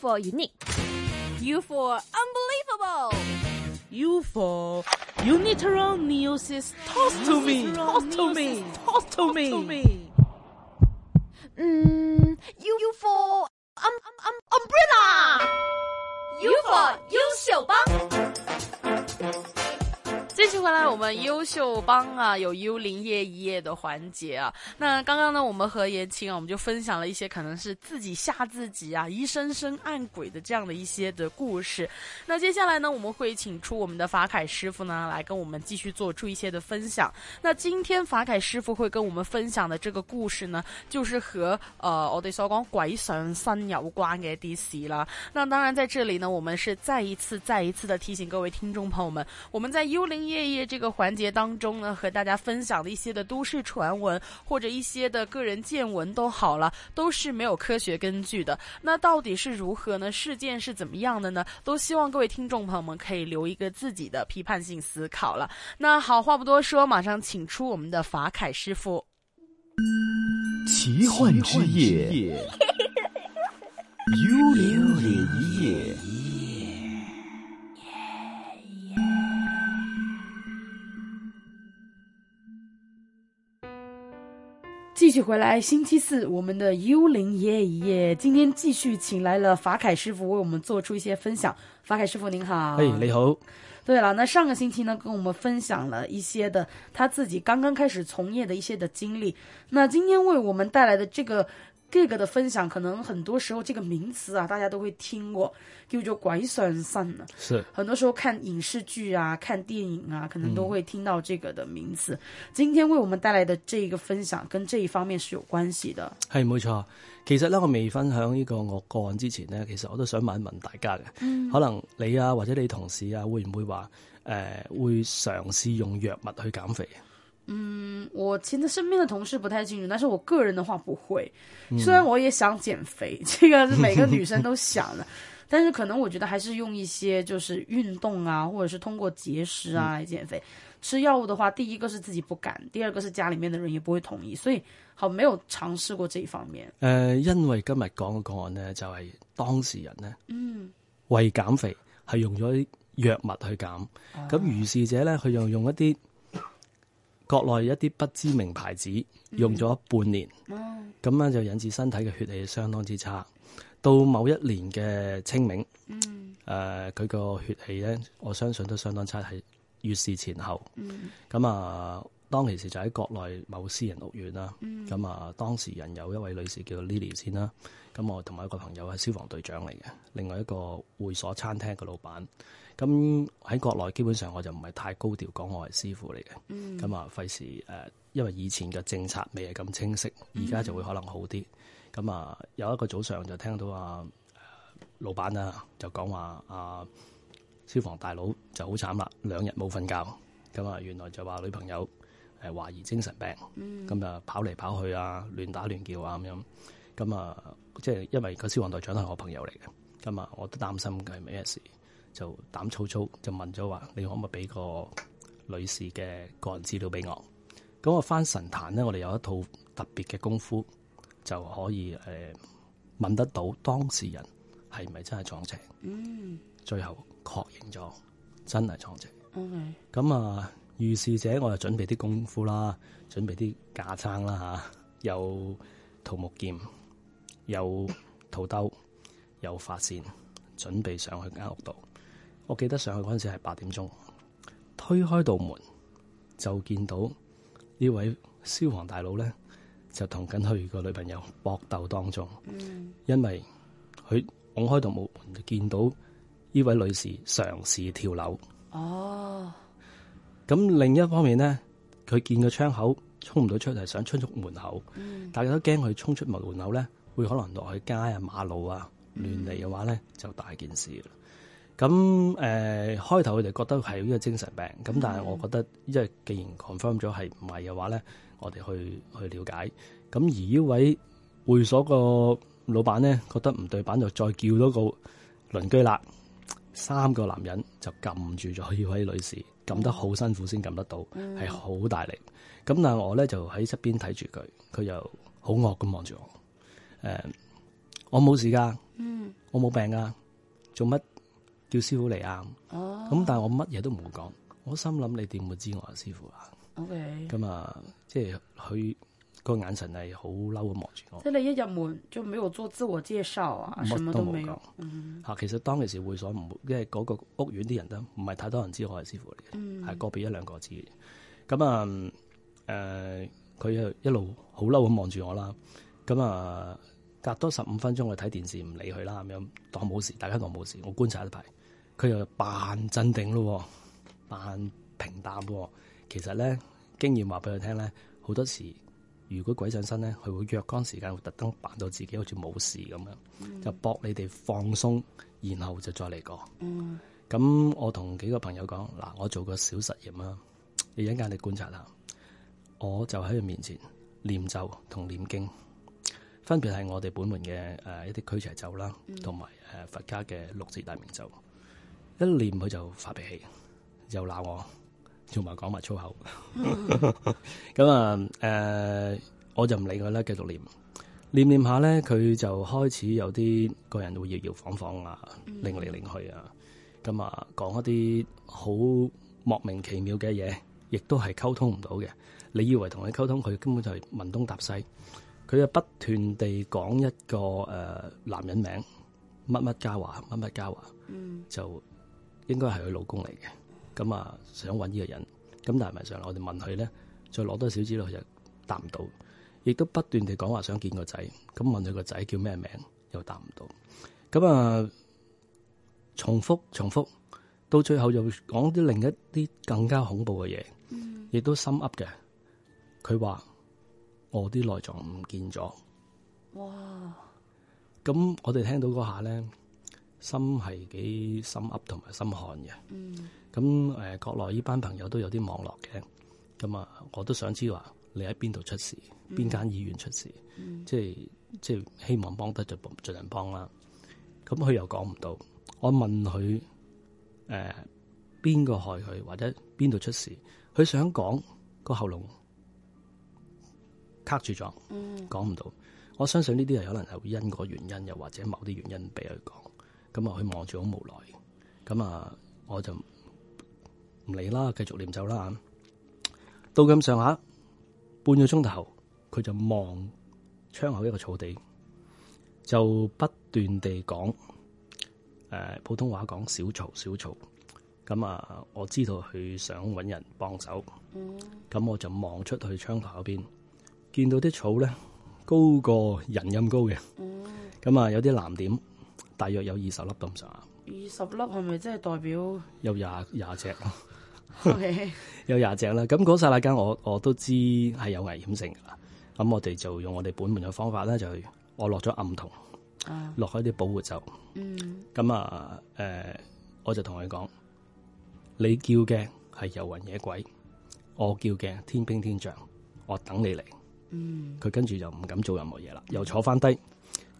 for unique, U for unbelievable, U for uniteral meiosis. Toss to me. Toss to me. Toss to me. 嗯，U U Mm, for um um um umbrella, U for 优秀帮。继续回来，我们优秀帮啊，有幽灵夜一夜的环节啊。那刚刚呢，我们和言青啊，我们就分享了一些可能是自己吓自己啊，疑深深暗鬼的这样的一些的故事。那接下来呢，我们会请出我们的法凯师傅呢，来跟我们继续做出一些的分享。那今天法凯师傅会跟我们分享的这个故事呢，就是和呃我哋所讲鬼上身有关嘅一啲事啦。那当然在这里呢，我们是再一次再一次的提醒各位听众朋友们，我们在幽灵夜夜这个环节当中呢，和大家分享的一些的都市传闻或者一些的个人见闻都好了，都是没有科学根据的。那到底是如何呢？事件是怎么样的呢？都希望各位听众朋友们可以留一个自己的批判性思考了。那好，话不多说，马上请出我们的法凯师傅。奇幻之夜，幽灵夜。继续回来，星期四我们的幽灵夜一夜，今天继续请来了法凯师傅为我们做出一些分享。法凯师傅您好，哎，你好，对了，那上个星期呢，跟我们分享了一些的他自己刚刚开始从业的一些的经历。那今天为我们带来的这个这个的分享，可能很多时候这个名词啊，大家都会听过，叫做“拐上山”呢。是很多时候看影视剧啊、看电影啊，可能都会听到这个的名词。今天为我们带来的这一个分享，跟这一方面是有关系的。係冇錯。其實咧，我未分享呢個我個案之前咧，其實我都想問一問大家嘅，可能你啊或者你同事啊，會唔會話誒、呃、會嘗試用藥物去減肥？我其实身边的同事不太清楚，但是我个人的话不会。虽然我也想减肥， 这个是每个女生都想的，但是可能我觉得还是用一些就是运动啊，或者是通过节食啊来减肥。吃药物的话，第一个是自己不敢，第二个是家里面的人也不会同意，所以好没有尝试过这一方面。誒、呃因為今日講嘅個案咧，就係、當事人咧，嗯，為減肥係用咗藥物去減，咁如是者咧，佢又用一啲國內一啲不知名牌子，用咗半年，咁樣就引致身體嘅血氣相當之差。到某一年嘅清明，嗯，佢個、血氣咧，我相信都相當差，係月事前後，咁啊，當其時就喺國內某私人屋苑啦。咁啊，當事人有一位女士叫 Lily 先啦。咁我同埋一個朋友係消防隊長嚟嘅，另外一個會所餐廳嘅老闆。咁喺國內基本上我就唔係太高調講我係師傅嚟嘅。咁啊、費事誒，因為以前嘅政策未係咁清晰，而家就會可能好啲。咁啊、有一個早上就聽到啊，呃老闆啊就講話啊。消防大佬就好慘啦，兩日冇瞓覺，咁啊原來就話女朋友誒懷疑精神病，咁啊、跑嚟跑去啊，亂打亂叫啊咁樣，咁啊即係因為個消防隊長都係我朋友嚟嘅，咁啊我都擔心佢係咩事，就呃膽粗粗就問咗話你可唔可以俾個呃女士嘅個人資料俾我？咁我翻神壇咧，我哋有一套特別嘅功夫就可以誒、呃、問得到當事人係咪真係撞邪。最後確認咗真係撞邪。咁啊，遇事者我就準備啲功夫啦，準備啲架撐啦嚇，有桃木劍，有桃兜，有髮線，準備上去間屋度。我記得上去嗰陣時係八點鐘，推開道門就見到呢位消防大佬咧，就同緊佢個女朋友搏鬥當中，因為佢拱開道門就見到。呢位女士嘗試跳樓。哦，咁另一方面呢，佢見個窗口衝唔到出嚟，想衝出門口，大家都驚佢衝出門口呢，會可能落去街啊、馬路啊亂嚟嘅話呢，就大件事啦。咁誒、呃、開頭佢哋覺得係呢個精神病，咁但係我覺得，因為既然 confirm 咗係唔係嘅話呢，我哋去去了解。咁而呢位會所個老闆呢，覺得唔對版，就再叫多個鄰居啦。三個男人就撳住咗呢位女士，撳得好辛苦先撳得到，係好、大力。咁但係我咧就喺側邊睇住佢，佢又好惡咁望住我。誒、我冇事㗎，我冇病噶，做乜叫師傅嚟啊？哦咁但係我乜嘢都唔會講，我心諗你點會知我係師傅啊？ ，OK，咁啊，即係佢個眼神係好嬲咁望住我，这里一入门就没有做自我介绍啊，什么乜都没冇有嗯講。。嚇，其實當其時會所唔會，因為嗰個屋苑啲人都唔係太多人知我係師傅嚟嗯嘅，係、個別一兩個知嘅。咁啊，誒、佢又一路好嬲咁望住我啦。咁啊，隔多十五分鐘我睇電視唔理佢啦，咁樣當冇事，大家當冇事。我觀察一排，佢又扮鎮定咯喎，扮平淡咯喎。其實咧，經驗話俾佢聽咧，好多時如果鬼上身咧，佢會若干時間會特登扮到自己好似冇事咁樣。就搏你哋放鬆，然後就再嚟過。咁、我同幾個朋友講嗱，我做個小實驗啦，你一陣間你觀察下，我就喺佢面前念咒同念經，分別係我哋本門嘅誒、呃一啲驅邪咒啦，同埋誒佛家嘅六字大明咒。一念佢就發脾氣，又鬧我，仲埋講埋粗口。咁啊誒，我就唔理佢啦，繼續念。念念下咧，佢就開始有啲個人會搖搖晃晃啊，擰嚟擰去啊，咁啊講一啲好莫名其妙嘅嘢，亦都係溝通唔到嘅。你以為同佢溝通，佢根本就係問東答西。佢就不斷地講一個誒、呃男人名，乜乜嘉華，乜乜嘉華，就應該係佢老公嚟嘅。咁啊，想揾呢個人，咁但係咪上嚟我哋問佢咧，再攞多少資料，佢就答唔到。亦都不斷地講話想見個仔，咁問佢個仔叫咩名又答唔到，咁啊重複重複，到最後又講啲另一啲更加恐怖嘅嘢，亦、都心噏嘅。佢話我啲內臟唔見咗，哇，咁我哋聽到嗰下咧，心係幾心噏同埋心寒嘅。咁誒、呃，國內呢班朋友都有啲網絡嘅，咁啊，我都想知話你喺邊度出事，邊間醫院出事，即係即係希望幫得就盡盡量幫啦。咁佢又講唔到，我問佢誒邊個害佢，或者邊度出事，佢想講個喉嚨卡住咗，講唔到。我相信呢啲係可能係會因果原因，又或者某啲原因俾佢講，咁啊佢望住好無奈，咁啊我就唔理啦，繼續念咒啦。到咁上下半個鐘頭，佢就望窗口一個草地，就不斷地講誒、呃普通話講小嘈小嘈。咁啊，我知道佢想揾人幫手，咁、我就望出去窗台嗰邊，見到啲草咧。高過人咁高嘅。咁啊、有啲藍點，大約有二十粒咁上下，二十粒系咪真系代 表有廿廿隻， ？OK，有廿隻啦。咁嗰剎那間我，我都知係有危險性噶啦。咁我哋就用我哋本門嘅方法咧，就去我落咗暗酮，落開啲保護咒。咁啊、誒、我就同佢講：你叫嘅係遊魂野鬼，我叫嘅天兵天將，我等你嚟。佢跟住就唔敢做任何嘢啦，又坐翻低，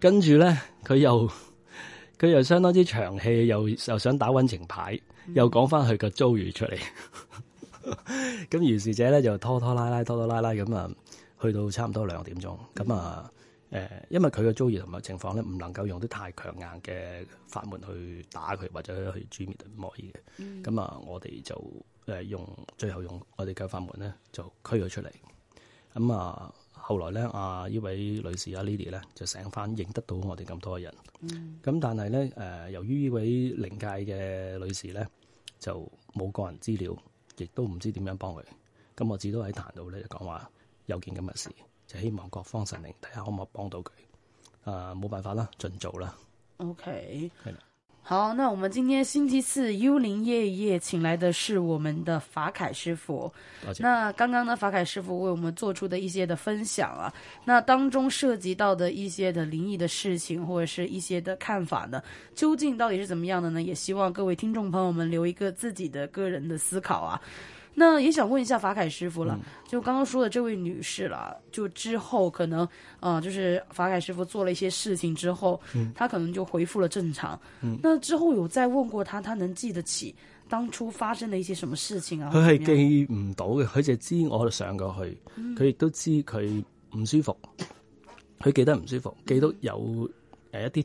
跟住咧佢又佢又相當之長氣，又又想打温情牌，又講翻佢個遭遇出嚟。咁如是者咧就拖拖拉拉，拖拖拉拉咁啊，去到差唔多兩點鐘，咁啊誒，因為佢嘅遭遇同埋情況咧，唔能夠用啲太強硬嘅法門去打佢或者去诛滅佢，唔可以嘅。咁啊、我哋就誒、用最後用我哋嘅法門咧，就驅佢出嚟。咁啊，後來咧，啊呢位女士啊 Lily 咧就醒翻，認得到我哋咁多人。咁、但係咧，誒、由於呢位靈界嘅女士咧就冇個人資料，亦都唔知點樣幫佢。咁我至都喺壇度咧就講話有件咁嘅事，就希望各方神靈睇下可唔可以幫到佢。啊、冇辦法啦，盡做啦。 OK，係的好，那我们今天星期四幽灵夜夜请来的是我们的法凯师傅。多謝。那刚刚呢，法凯师傅为我们做出的一些的分享啊，那当中涉及到的一些的灵异的事情或者是一些的看法呢，究竟到底是怎么样的呢？也希望各位听众朋友们留一个自己的个人的思考啊。那也想问一下法凯师傅了，就刚刚说的这位女士了，就之后可能，呃，就是法凯师傅做了一些事情之后，她可能就恢复了正常。那之后有再问过她，她能记得起当初发生的一些什么事情啊？或者佢怎么样係記唔到嘅，佢就知我上過去，佢亦都知佢唔舒服，佢記得唔舒服，記到有誒一啲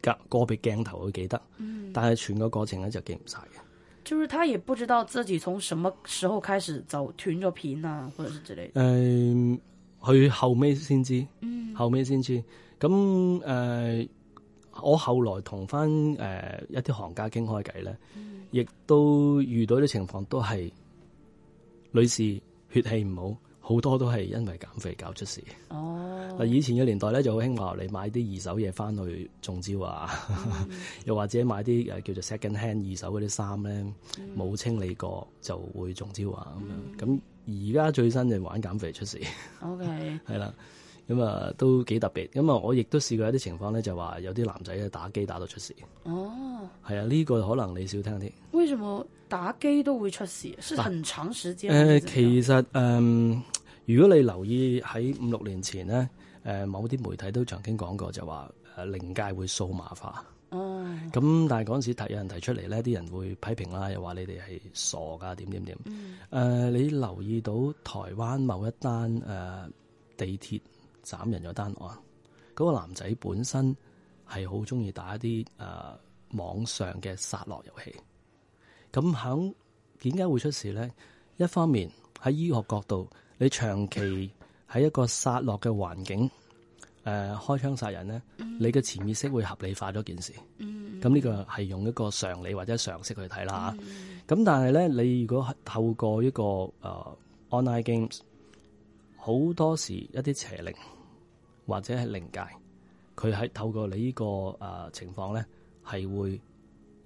格個別鏡頭會記得，嗯但係全個過程咧就記唔晒嘅。就是他也不知道自己從什麼時候開始走斷咗片啊，或者是之類的。誒、佢後尾先知，後尾先知。咁誒、我後來同翻誒一啲行家傾開偈咧，亦、都遇到啲情況，都係女士血氣唔好，好多都係因為減肥搞出事。哦，啊嗱，以前嘅年代咧就好興話你買啲二手嘢翻去中招啊，嗯 又或者買啲誒呃叫做 second hand 二手嗰啲衫咧，嗯冇、清理過就會中招啊咁樣。咁而家最新就玩減肥出事， OK，係啦，咁啊都幾特別。咁啊，我亦都試過一啲情況咧，就話有啲男仔咧啊打機打到出事，哦，係啊，呢、個可能你少聽啲。為什麼打機都會出事？是很長時誒、間還是怎樣？啊呃其實誒、嗯如果你留意喺五六年前咧，誒、某啲媒體都曾經講過就話誒靈界會數碼化。哦，咁但係嗰陣時提有人提出嚟咧，啲人會批評啦，又話你哋係傻噶，點點點。誒、呃你留意到台灣某一單誒、呃地鐵斬人咗單案，嗰、個男仔本身係好中意打一啲誒、呃、網上嘅殺戮遊戲。咁響點解會出事咧？一方面喺醫學角度，你長期喺一個殺戮嘅環境，誒、呃開槍殺人咧，你嘅潛意識會合理化咗件事。咁呢個係用一個常理或者常識去睇啦嚇。咁、但係咧，你如果透過一個誒、呃 online games，好多時一啲邪靈或者係靈界，佢係透過你呢、個誒、呃情況咧，係會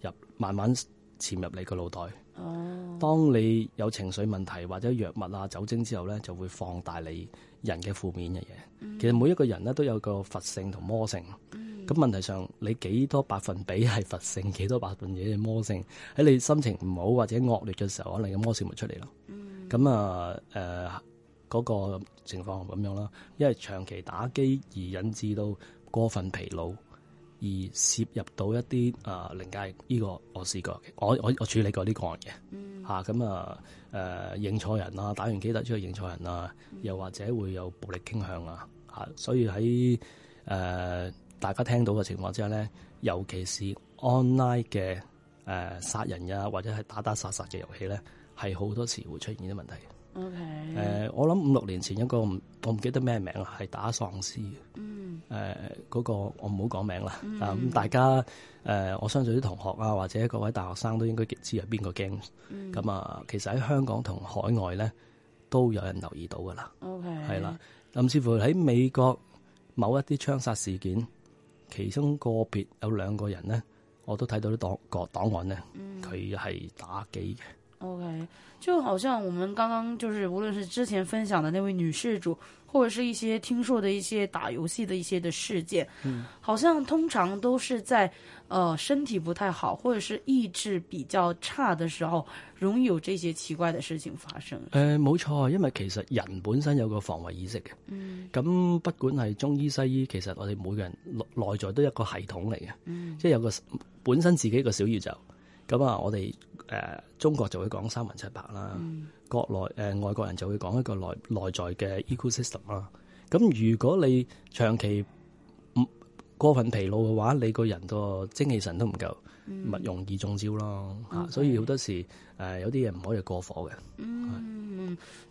入慢慢潛入你個腦袋。哦，當你有情緒問題或者藥物啊、酒精之後咧，就會放大你人嘅負面嘅嘢。其實每一個人咧都有個佛性同魔性。咁問題上，你幾多百分比係佛性，幾多百分比係魔性？喺你心情唔好或者惡劣嘅時候，可能個魔性咪出嚟咯。咁啊誒嗰個情況咁樣啦，因為長期打機而引致到過分疲勞，而涉入到一啲啊靈界，呢、個我試過嘅，我我我處理過呢個案嘅。嚇咁啊誒、認錯人啊，打完機突出去認錯人啊，又或者會有暴力傾向啊嚇、所以喺誒、大家聽到嘅情況之下咧，尤其是 online 嘅誒、殺人啊，或者係打打殺殺嘅遊戲咧，係好多時會出現啲問題。 OK，誒、我諗五六年前一個唔我唔記得咩名啦，係打喪屍嘅。嗯。誒、嗰、個我唔好講名啦。啊咁、大家誒、我相信啲同學啊，或者各位大學生都應該知啊係邊個 game。咁啊、其實喺香港同海外咧，都有人留意到噶啦。 OK，係啦，甚至乎喺美國某一啲槍殺事件，其中個別有兩個人咧，我都睇到啲檔個檔案咧，佢係打機嘅。 OK，就好像我们刚刚就是，无论是之前分享的那位女事主，或者是一些听说的一些打游戏的一些的事件，嗯好像通常都是在呃身体不太好，或者是意志比较差的时候，容易有这些奇怪的事情发生。誒、冇錯，因為其實人本身有個防衞意識嘅。咁、不管係中醫西醫，其實我哋每個人內內在都有一個系統嚟嘅，即係有個本身自己個小宇宙。咁啊，我哋誒、中國就會講三文七白啦，國內誒、呃外國人就會講一個內內在嘅 ecosystem 啦。咁如果你長期唔過分疲勞嘅話，你個人個精氣神都唔夠，咪、容易中招咯嚇。所以好多時誒、有啲嘢唔可以過火嘅。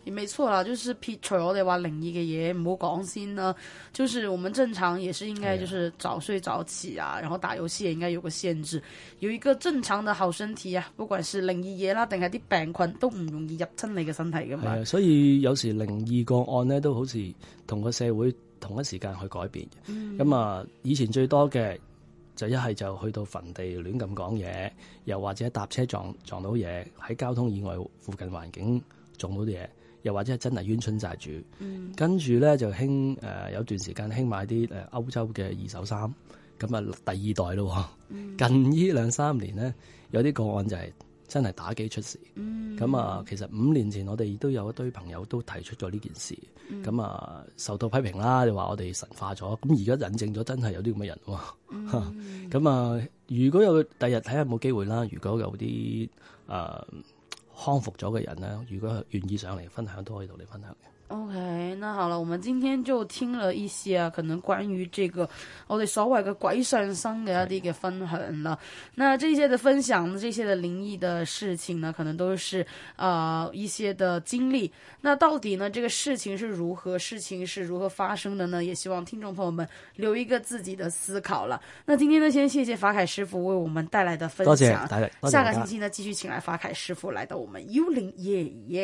也没错啦，就是撇除我哋话灵异嘅嘢唔好讲先啦，就是我们正常也是应该就是早睡早起啊，然后打游戏也应该有个限制，有一个正常的好身体啊，不管是灵异嘢啦，定系啲病菌都唔容易入侵你嘅身體噶係嘛。啊，所以有時靈異個案咧，都好似同個社會同一時間去改變嘅。咁啊、以前最多嘅就一係就去到墳地亂咁講嘢，又或者搭車撞撞到嘢，喺交通意外附近環境撞到啲嘢，又或者係真係冤親債主。跟住咧就興誒、呃有段時間興買啲誒、呃、歐洲嘅二手衫，咁啊第二代咯喎。近呢兩三年咧，有啲個案就係真係打機出事。咁啊、其實五年前我哋都有一堆朋友都提出咗呢件事，咁啊、受到批評啦，就話我哋神化咗。咁而家引證咗真係有啲咁嘅人喎。 咁啊，如果有第日睇下有冇機會啦，如果有啲誒、呃康復咗嘅人咧，如果願意上嚟分享，都可以同你分享嘅。 OK，那好了，我们今天就听了一些啊，可能关于这个我哋所谓嘅鬼上身嘅啊一啲嘅分享啦。那这些的分享，这些的灵异的事情呢，可能都是啊一些的经历。那到底呢，这个事情是如何，事情是如何发生的呢？也希望听众朋友们留一个自己的思考了。那今天呢，先谢谢法凯师傅为我们带来的分多謝享。大家，多謝下大个家星期呢，继续请来法凯师傅来到我们幽灵夜夜。